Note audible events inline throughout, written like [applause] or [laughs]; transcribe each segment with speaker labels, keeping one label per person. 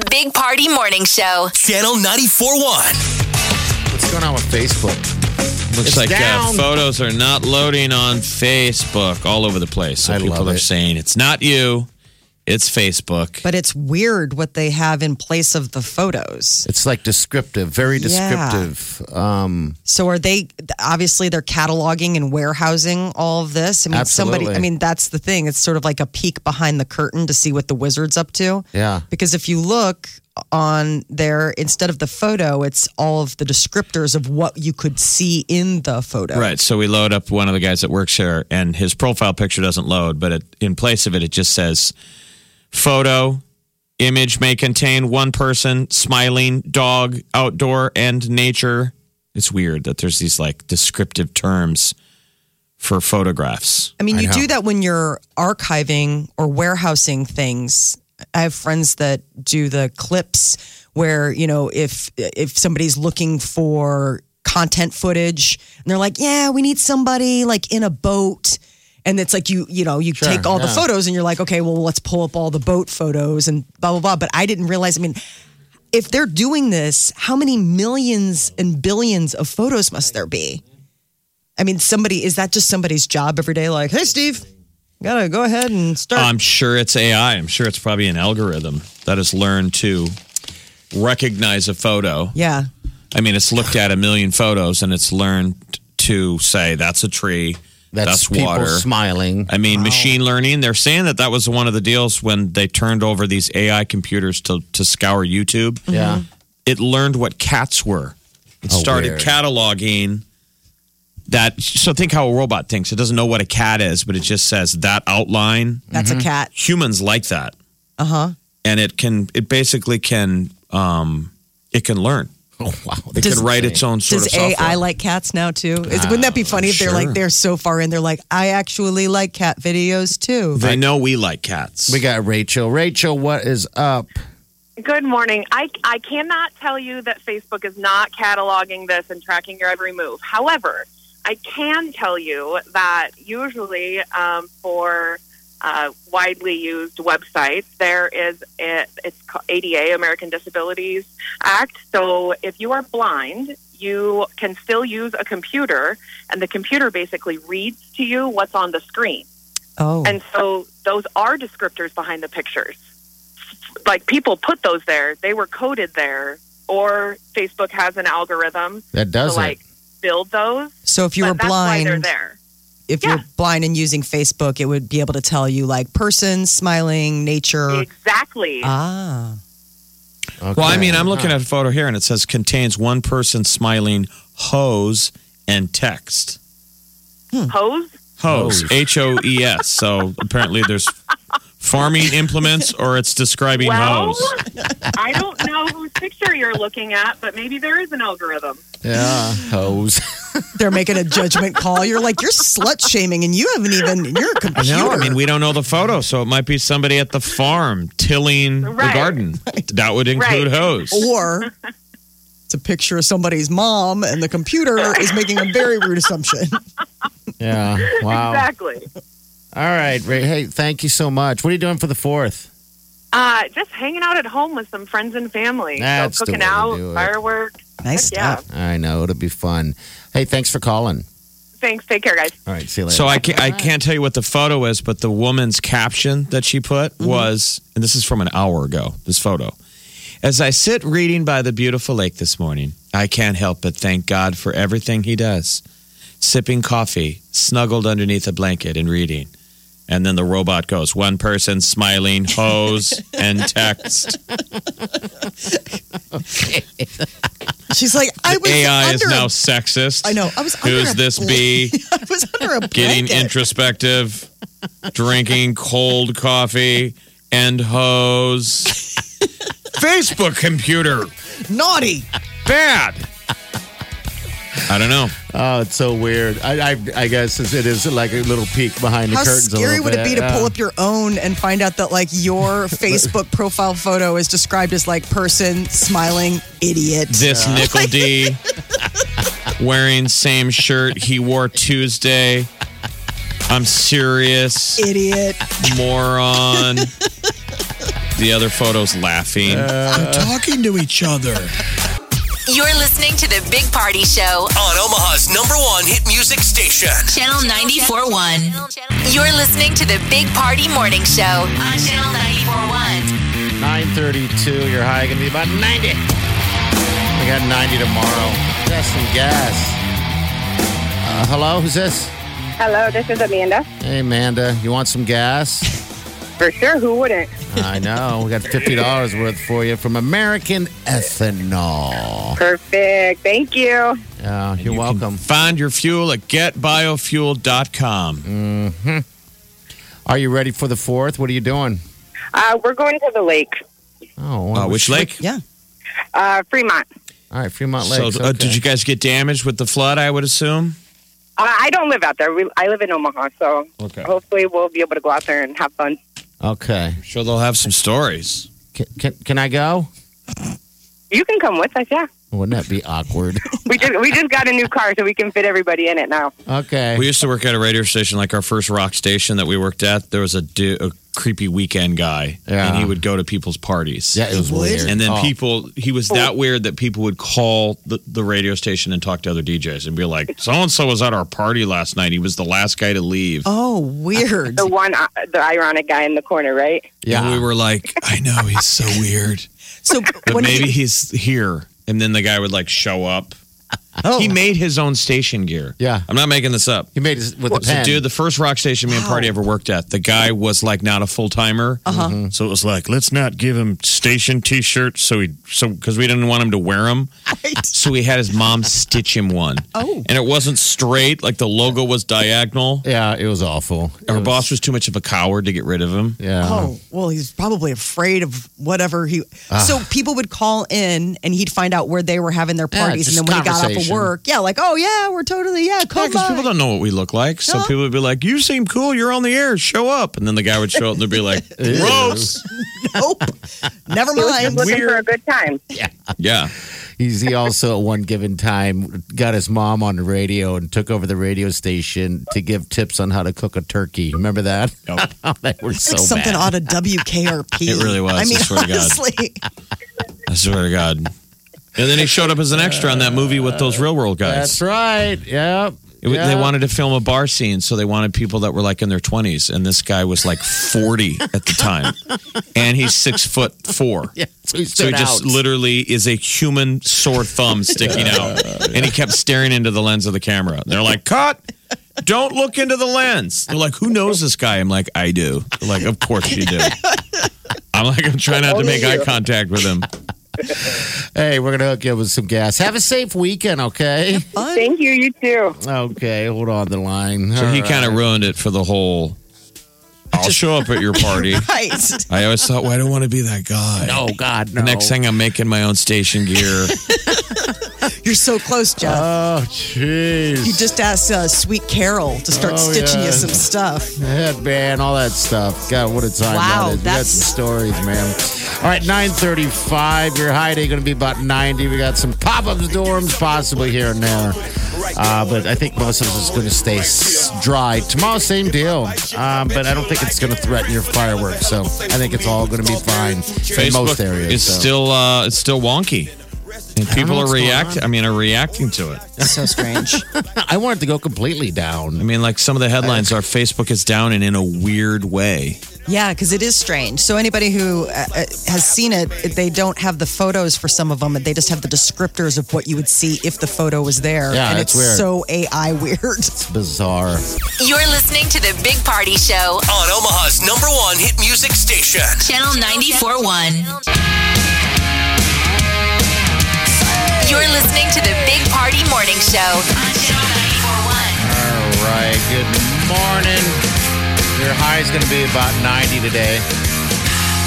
Speaker 1: The Big Party Morning Show.
Speaker 2: Channel 94.1.
Speaker 3: What's going on with Facebook?
Speaker 4: Looks
Speaker 3: It's
Speaker 4: like uh,
Speaker 3: down.
Speaker 4: photos are not loading on Facebook all over the place. So
Speaker 3: I
Speaker 4: people
Speaker 3: love
Speaker 4: are
Speaker 3: it.
Speaker 4: saying it's not you, it's Facebook.
Speaker 5: But it's weird what they have in place of the photos.
Speaker 3: It's like descriptive, very
Speaker 5: Yeah.
Speaker 3: descriptive. Um,
Speaker 5: So are they obviously they're cataloging and warehousing all of this? I mean somebody
Speaker 3: Absolutely.
Speaker 5: I mean that's the thing. It's sort of like a peek behind the curtain to see what the wizard's up to.
Speaker 3: Yeah.
Speaker 5: Because if you look on there instead of the photo, it's all of the descriptors of what you could see in the photo.
Speaker 4: Right. So we load up one of the guys that works here, and his profile picture doesn't load, but it, in place of it, it just says photo, image may contain one person, smiling, dog, outdoor, and nature. It's weird that there's these like descriptive terms for photographs.
Speaker 5: I mean,
Speaker 3: I
Speaker 5: you
Speaker 3: know.
Speaker 5: do that when you're archiving or warehousing things. I have friends that do the clips where, you know, if if somebody's looking for content footage and they're like, "Yeah, we need somebody like in a boat." And it's like you, you know, you take all the photos and you're like, "Okay, well, let's pull up all the boat photos and blah blah blah." But I didn't realize, I mean, if they're doing this, how many millions and billions of photos must there be? I mean, somebody is that just somebody's job every day? Like, hey, Steve, gotta go ahead and
Speaker 4: [laughs]
Speaker 5: start.
Speaker 4: I'm sure it's AI. I'm sure it's probably an algorithm that has learned to recognize a photo.
Speaker 5: yeah,
Speaker 4: I mean, it's looked at a million photos and it's learned to say that's a tree,
Speaker 3: that's
Speaker 4: that's,
Speaker 3: people
Speaker 4: water.
Speaker 3: smiling.
Speaker 4: I mean, machine learning. They're saying that that was one of the deals when they turned over these AI computers to to scour YouTube.
Speaker 3: Yeah.
Speaker 4: It learned what cats were. It
Speaker 3: Oh,
Speaker 4: started
Speaker 3: weird.
Speaker 4: cataloging that. So think how a robot thinks. It doesn't know what a cat is, but it just says that outline
Speaker 5: that's a cat.
Speaker 4: humans like that. Uh
Speaker 5: Uh-huh.
Speaker 4: And it can, it basically can, um, it can learn.
Speaker 3: [laughs] Oh wow.
Speaker 4: It
Speaker 5: Does-
Speaker 4: can write its own sort
Speaker 5: Does
Speaker 4: of software. Uh,
Speaker 5: AI like cats now too? Is, wouldn't that be funny if they're
Speaker 4: sure.
Speaker 5: like they're so far in? They're like, I actually like cat videos too.
Speaker 4: they know we like cats.
Speaker 3: We got Rachel. Rachel, what is up?
Speaker 6: Good morning. I, I cannot tell you that Facebook is not cataloging this and tracking your every move. However, I can tell you that usually um, for uh, widely used websites, there is a, it's ca- ADA, American Disabilities Act. So if you are blind, you can still use a computer, and the computer basically reads to you what's on the screen.
Speaker 5: Oh,
Speaker 6: And so those are descriptors behind the pictures. Like people put those there, they were coded there, or Facebook has an algorithm
Speaker 3: That does
Speaker 6: to like
Speaker 3: it.
Speaker 6: build those.
Speaker 5: so if you
Speaker 6: but
Speaker 5: were
Speaker 6: that's why they're
Speaker 5: blind,
Speaker 6: there.
Speaker 5: if
Speaker 6: Yeah.
Speaker 5: you're blind and using Facebook, it would be able to tell you like person, smiling, nature.
Speaker 3: Uh.
Speaker 6: Exactly.
Speaker 5: Ah,
Speaker 3: Okay.
Speaker 4: well, I mean, I'm looking at a photo here and it says contains one person smiling, hose, and text.
Speaker 6: Hose.
Speaker 4: Hose, H O E S. So apparently there's farming implements or it's describing
Speaker 6: Well,
Speaker 4: hose.
Speaker 6: [laughs] I don't know whose picture you're looking at, but maybe there is an algorithm.
Speaker 3: Yeah, hose.
Speaker 5: they're making a judgment call. You're like you're slut shaming, and you haven't even you're a
Speaker 4: I
Speaker 5: computer.
Speaker 4: know. I mean, we don't know the photo, so it might be somebody at the farm tilling the
Speaker 6: Right.
Speaker 4: garden. That would include
Speaker 6: Right.
Speaker 4: hose.
Speaker 5: or it's a picture of somebody's mom and the computer is making a very rude assumption.
Speaker 3: [laughs] Yeah. Wow.
Speaker 6: Exactly.
Speaker 3: All right. Ra- Hey, thank you so much. What are you doing for the fourth?
Speaker 6: Uh, just hanging out at home with some friends and family.
Speaker 3: That's the
Speaker 6: so cooking
Speaker 3: way to
Speaker 6: out,
Speaker 3: do it.
Speaker 6: fireworks.
Speaker 5: Nice
Speaker 6: Heck yeah.
Speaker 5: stuff.
Speaker 3: I know it'll be fun. Hey, thanks for calling.
Speaker 6: Thanks. Take care, guys.
Speaker 3: All right. See you later.
Speaker 4: So I can't, I can't tell you what the photo is, but the woman's caption that she put
Speaker 5: Mm-hmm.
Speaker 4: was, and this is from an hour ago, this photo. As I sit reading by the beautiful lake this morning, I can't help but thank God for everything He does. Sipping coffee, snuggled underneath a blanket, and reading. And then the robot goes, one person
Speaker 5: [laughs]
Speaker 4: smiling, hose, and text.
Speaker 5: She's like, I was
Speaker 4: AI
Speaker 5: under
Speaker 4: is now
Speaker 5: a,
Speaker 4: sexist.
Speaker 5: I know. I was under
Speaker 4: Who's
Speaker 5: a
Speaker 4: this be?
Speaker 5: [laughs] I was under a blanket.
Speaker 4: getting introspective, drinking cold coffee and hose. Facebook computer.
Speaker 5: Naughty.
Speaker 4: Bad. I don't know.
Speaker 3: Oh, it's so weird. I, I, I guess it's- it is like a little peek behind the
Speaker 5: How
Speaker 3: curtains. a
Speaker 5: scary
Speaker 3: little
Speaker 5: would
Speaker 3: bit.
Speaker 5: it be to
Speaker 3: Yeah.
Speaker 5: pull up your own and find out that like your Facebook profile photo is described as like person smiling idiot?
Speaker 4: This Nickel D wearing same shirt he wore Tuesday. I'm serious,
Speaker 5: idiot.
Speaker 4: moron. The other photo's laughing.
Speaker 2: Talking to each other.
Speaker 1: You're listening to the Big Party Show,
Speaker 2: On Omaha's number one hit music station.
Speaker 1: Channel 94.1. You're listening to the Big Party Morning Show on Channel 94.1.
Speaker 3: 932. Your high going to be about 90. We got 90 tomorrow. Just some gas. Uh, hello, who's this?
Speaker 7: Hello, this is Amanda.
Speaker 3: Hey, Amanda. You want some
Speaker 4: [laughs]
Speaker 3: gas?
Speaker 7: For sure, who wouldn't?
Speaker 3: I know. We got $50 worth for you from American Ethanol.
Speaker 7: Perfect. Thank you.
Speaker 3: Yeah, you're
Speaker 4: You can
Speaker 3: welcome.
Speaker 4: Find your fuel at getbiofuel.com.
Speaker 3: Are you ready for the fourth? What are you doing?
Speaker 7: Uh, we're going to the lake,
Speaker 3: Oh,
Speaker 4: Uh, which lake?
Speaker 5: Yeah.
Speaker 7: uh, Fremont.
Speaker 3: All right, Fremont
Speaker 4: So,
Speaker 3: Lake.
Speaker 4: uh, did you guys get damaged with the flood? I would assume.
Speaker 7: Uh, I don't live out there. We, I live in Omaha, so
Speaker 4: Okay.
Speaker 7: hopefully we'll be able to go out there and have fun.
Speaker 3: Okay.
Speaker 4: Sure, they'll have some stories.
Speaker 3: Can, can, can I go?
Speaker 7: You can come with us, yeah.
Speaker 3: Wouldn't that be
Speaker 4: [laughs]
Speaker 3: awkward?
Speaker 7: We just we just got a new car, so we can fit everybody in it now.
Speaker 3: Okay.
Speaker 4: We used to work at a radio station, like our first rock station that we worked at. There was a, du- a creepy weekend guy,
Speaker 3: Yeah.
Speaker 4: and he would go to people's parties.
Speaker 3: yeah, it was weird.
Speaker 4: And then
Speaker 3: Oh.
Speaker 4: people, he was that weird that people would call the, the radio station and talk to other DJs and be like, so and so was at our party last night. He was the last guy to leave.
Speaker 5: Oh,
Speaker 6: [laughs]
Speaker 5: weird.
Speaker 7: The one, uh, the ironic guy in the corner, right?
Speaker 3: Yeah.
Speaker 4: And we were like, I know, he's
Speaker 3: [laughs]
Speaker 4: so weird.
Speaker 5: So
Speaker 4: But
Speaker 5: when
Speaker 4: maybe
Speaker 5: he,
Speaker 4: he's here. And then the guy would like show up.
Speaker 5: oh,
Speaker 4: He made his own station gear.
Speaker 3: Yeah.
Speaker 4: I'm not making this up.
Speaker 3: He made it with the
Speaker 4: So,
Speaker 3: pen.
Speaker 4: dude, the first rock station me and Party ever worked at, the guy was like not a full timer. Uh-huh. So it was like, let's not give him station t shirts. So he, so, because we didn't want him to wear them.
Speaker 5: right.
Speaker 4: So we had his mom [laughs] stitch him one.
Speaker 5: Oh.
Speaker 4: And it wasn't straight, like the logo was diagonal.
Speaker 3: yeah, it was awful.
Speaker 4: Our
Speaker 3: It was-
Speaker 4: boss was too much of a coward to get rid of him.
Speaker 3: Yeah.
Speaker 5: Oh, well, he's probably afraid of whatever he. so people would call in and he'd find out where they were having their
Speaker 3: Yeah,
Speaker 5: parties.
Speaker 3: just
Speaker 5: and then when he got off of
Speaker 3: conversation.
Speaker 5: work, yeah, like, oh, yeah, we're totally, yeah, come
Speaker 4: Because
Speaker 5: by.
Speaker 4: people don't know what we look like. So people would be like, You seem cool. You're on the air. Show up. And then the guy would show up and they'd
Speaker 3: [laughs]
Speaker 4: be like, Gross.
Speaker 5: [laughs] Nope. Never
Speaker 7: He was just
Speaker 5: mind.
Speaker 7: looking for a good time.
Speaker 4: yeah.
Speaker 3: He's, he also, at one given time, got his mom on the radio and took over the radio station to give tips on how to cook a turkey. Remember that? [laughs] they were so
Speaker 5: Like something
Speaker 3: mad.
Speaker 5: out of WKRP.
Speaker 4: It really was,
Speaker 5: I
Speaker 4: I
Speaker 5: mean,
Speaker 4: swear to God.
Speaker 5: honestly,
Speaker 4: I swear to God. And then he showed up as an extra on that movie with those real world guys.
Speaker 3: That's right. Yeah.
Speaker 4: It was-
Speaker 3: [laughs]
Speaker 4: They wanted to film a bar scene, so they wanted people that were like in their 20s. And this guy was like 40 at the time. And he's six foot four.
Speaker 3: [laughs] Yeah, so he,
Speaker 4: So he
Speaker 3: stood
Speaker 4: just
Speaker 3: out.
Speaker 4: literally is a human sore thumb sticking out.
Speaker 3: [laughs]
Speaker 4: And he kept staring into the lens of the camera. They're like, cut. Don't look into the lens. They're like, who knows this guy? I'm like, I do. They're like, of course you
Speaker 3: [laughs]
Speaker 4: do. I'm like, I'm trying not to make eye contact with him.
Speaker 3: Hey, we're gonna hook you up with some gas. Have a safe weekend,
Speaker 5: [laughs]
Speaker 3: okay?
Speaker 7: Thank you. You too.
Speaker 3: okay, hold on the line.
Speaker 4: So he kind of ruined it for the whole. I'll show up at your
Speaker 3: [laughs]
Speaker 4: party.
Speaker 5: right.
Speaker 4: I always thought, well, I don't want to be that guy.
Speaker 3: Oh God, no.
Speaker 4: The next thing I'm making my own
Speaker 3: [laughs]
Speaker 4: station gear.
Speaker 5: You're so close, Jeff.
Speaker 3: Oh jeez.
Speaker 5: you just asked uh, Sweet Carol to start
Speaker 3: Oh,
Speaker 5: stitching
Speaker 3: yeah.
Speaker 5: you some stuff.
Speaker 3: headband, all that stuff. God, what a time
Speaker 5: Wow,
Speaker 3: that is. We got
Speaker 5: that's-
Speaker 3: some stories, man. All right, 935. Your high day going to be about 90. We got some pop-up storms possibly here and there. Uh, but I think most of us is going to stay s- dry. Tomorrow, same deal. Um, but I don't think it's going to threaten your fireworks. So I think it's all going to be fine in most
Speaker 4: Facebook
Speaker 3: areas.
Speaker 4: is
Speaker 3: so.
Speaker 4: still uh, it's still wonky, and people
Speaker 3: know
Speaker 4: are
Speaker 3: what's going
Speaker 4: react. I mean, are reacting to it.
Speaker 5: So strange.
Speaker 3: [laughs] I want it to go completely down.
Speaker 4: I mean, like some of the headlines are Facebook is down and in a weird way.
Speaker 5: yeah, because it is strange. So anybody who uh, uh, has seen it, they don't have the photos for some of them. They just have the descriptors of what you would see if the photo was there.
Speaker 3: Yeah,
Speaker 5: and
Speaker 3: it's
Speaker 5: it's
Speaker 3: weird.
Speaker 5: so AI weird.
Speaker 3: It's bizarre.
Speaker 1: You're listening to the Big Party Show,
Speaker 2: On Omaha's number one hit music station.
Speaker 1: Channel 94.1. You're listening to the Big Party Morning Show on Channel 94.1.
Speaker 3: All right. Good morning. Your high is going to be about 90 today.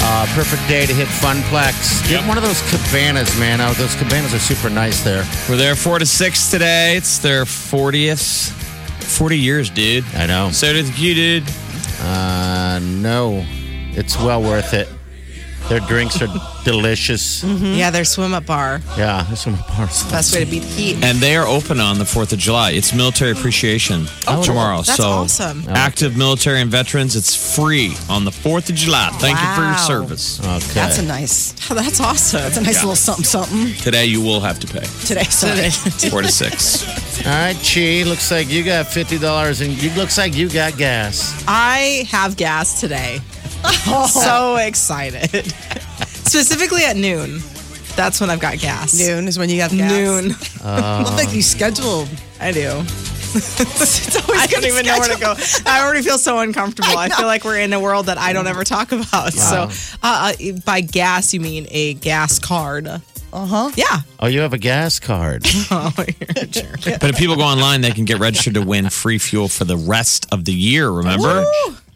Speaker 3: Uh, perfect day to hit Funplex. Get
Speaker 4: Yep.
Speaker 3: one of those cabanas, man. Oh, those cabanas are super nice there.
Speaker 4: We're there four to six today. It's their 40th, 40 years, dude.
Speaker 3: I know.
Speaker 4: So did you, dude.
Speaker 3: Uh, no, it's well worth it. Their drinks [laughs] are delicious.
Speaker 5: [laughs] Yeah, their swim up bar.
Speaker 3: Yeah, there's some bars.
Speaker 5: Best way to beat the heat.
Speaker 4: And they are open on the 4th of July. It's military appreciation
Speaker 3: Oh,
Speaker 4: tomorrow.
Speaker 5: That's
Speaker 4: so
Speaker 5: awesome.
Speaker 4: active military and veterans, it's free on the 4th of July. Thank you for your
Speaker 5: Wow.
Speaker 4: service.
Speaker 3: Okay.
Speaker 5: That's a nice. [laughs] That's awesome. That's a nice little something something
Speaker 4: Today you will have to pay.
Speaker 5: [laughs] today. Sorry.
Speaker 4: 4 to 6.
Speaker 5: [laughs]
Speaker 3: All right, Chi. Looks like you got fifty dollars, and you looks like you got gas.
Speaker 5: I have gas today.
Speaker 7: Oh.
Speaker 5: [laughs] so excited. [laughs] Specifically at noon. That's when I've got gas.
Speaker 6: Noon is when you have gas.
Speaker 5: [laughs] Noon. Not like you schedule. I do. [laughs]
Speaker 6: It's always
Speaker 5: I don't
Speaker 6: gonna
Speaker 5: even know where to go. [laughs] I already feel so uncomfortable. I,
Speaker 6: I know.
Speaker 5: feel like we're in a world that I don't ever talk about. So, uh, uh, by gas, you mean a gas card. Uh huh. Yeah.
Speaker 3: Oh, you have a gas
Speaker 5: [laughs]
Speaker 3: card.
Speaker 5: Oh, you're a jerk.
Speaker 4: But if people go online, they can get registered to win free fuel for the rest of the year. Remember,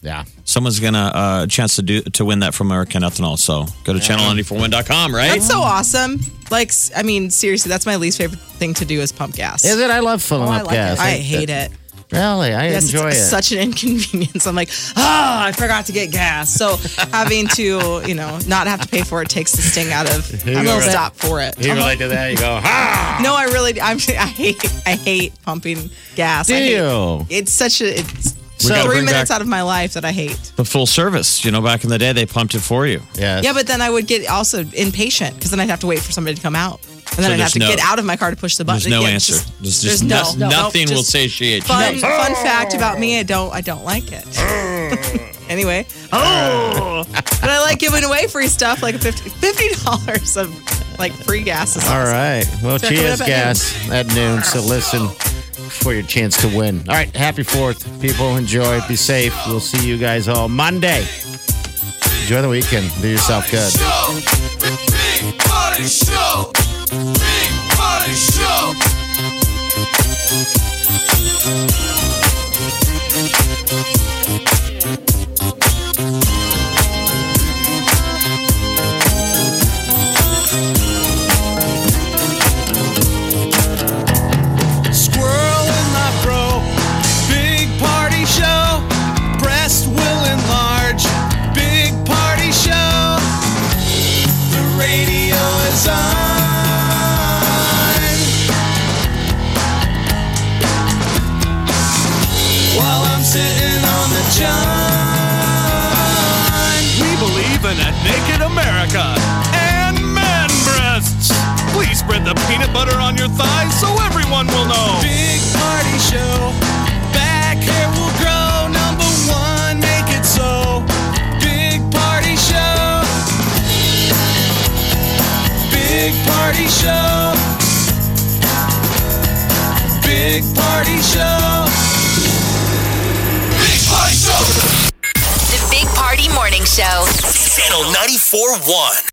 Speaker 3: yeah.
Speaker 4: someone's gonna uh, chance to do to win that from American Ethanol. So go to channel941.com. Right?
Speaker 5: That's so Oh, awesome. Like, s- I mean, seriously, that's my least favorite thing to do is pump gas.
Speaker 3: Is it? I love filling
Speaker 5: Oh, I
Speaker 3: up
Speaker 5: like
Speaker 3: gas.
Speaker 5: it. I hate it.
Speaker 3: Really, I
Speaker 5: Yes,
Speaker 3: enjoy
Speaker 5: it's
Speaker 3: it.
Speaker 5: such an inconvenience. I'm like, oh, I forgot to get gas. So having to, you know, not have to pay for it takes the sting out of.
Speaker 3: you
Speaker 5: I'm
Speaker 3: go,
Speaker 5: gonna
Speaker 3: right?
Speaker 5: stop for it.
Speaker 3: you relate to that? You go, ha!
Speaker 5: [laughs] No, I really, I'm, I hate, I hate pumping gas.
Speaker 3: Do
Speaker 5: I hate-
Speaker 3: you?
Speaker 5: It's such a, it's
Speaker 4: gotta
Speaker 5: three
Speaker 4: bring
Speaker 5: minutes
Speaker 4: back-
Speaker 5: out of my life that I hate.
Speaker 4: the full service. You know, back in the day, they pumped it for you.
Speaker 3: Yes.
Speaker 5: Yeah, but then I would get also impatient because then I'd have to wait for somebody to come out. And then
Speaker 4: So
Speaker 5: I'd have
Speaker 4: there's
Speaker 5: to
Speaker 4: no-
Speaker 5: get out of my car to push the button.
Speaker 4: There's no
Speaker 5: Yeah, it's
Speaker 4: answer.
Speaker 5: just-
Speaker 4: There's
Speaker 5: there's
Speaker 4: just
Speaker 5: no,
Speaker 4: no, nothing
Speaker 5: no,
Speaker 4: will
Speaker 5: just
Speaker 4: satiate you.
Speaker 5: Fun, fun fact about me, I don't, I don't like it. [laughs] anyway, oh, but I like giving away free stuff, like 50 dollars of like free gas. Is
Speaker 3: All right. Well,
Speaker 5: So
Speaker 3: she
Speaker 5: coming
Speaker 3: has
Speaker 5: up at
Speaker 3: gas at noon, so listen for your chance to win. All right. Happy 4th. People, enjoy. Be safe. We'll see you guys all Monday. Enjoy the weekend. Do yourself good.
Speaker 2: Big party show. Big party show. Squirrel in my bro. Big party show. Breast will enlarge. Big party show. The radio is on. While I'm sitting on the john. We believe in a naked America and man breasts. Please spread the peanut butter on your thighs so everyone will know. Big party show. Back hair will grow. Number one, make it so. Big party show. Big party show. Big party show. Big party show.
Speaker 1: The Big Party Morning Show.
Speaker 2: Channel 94 1.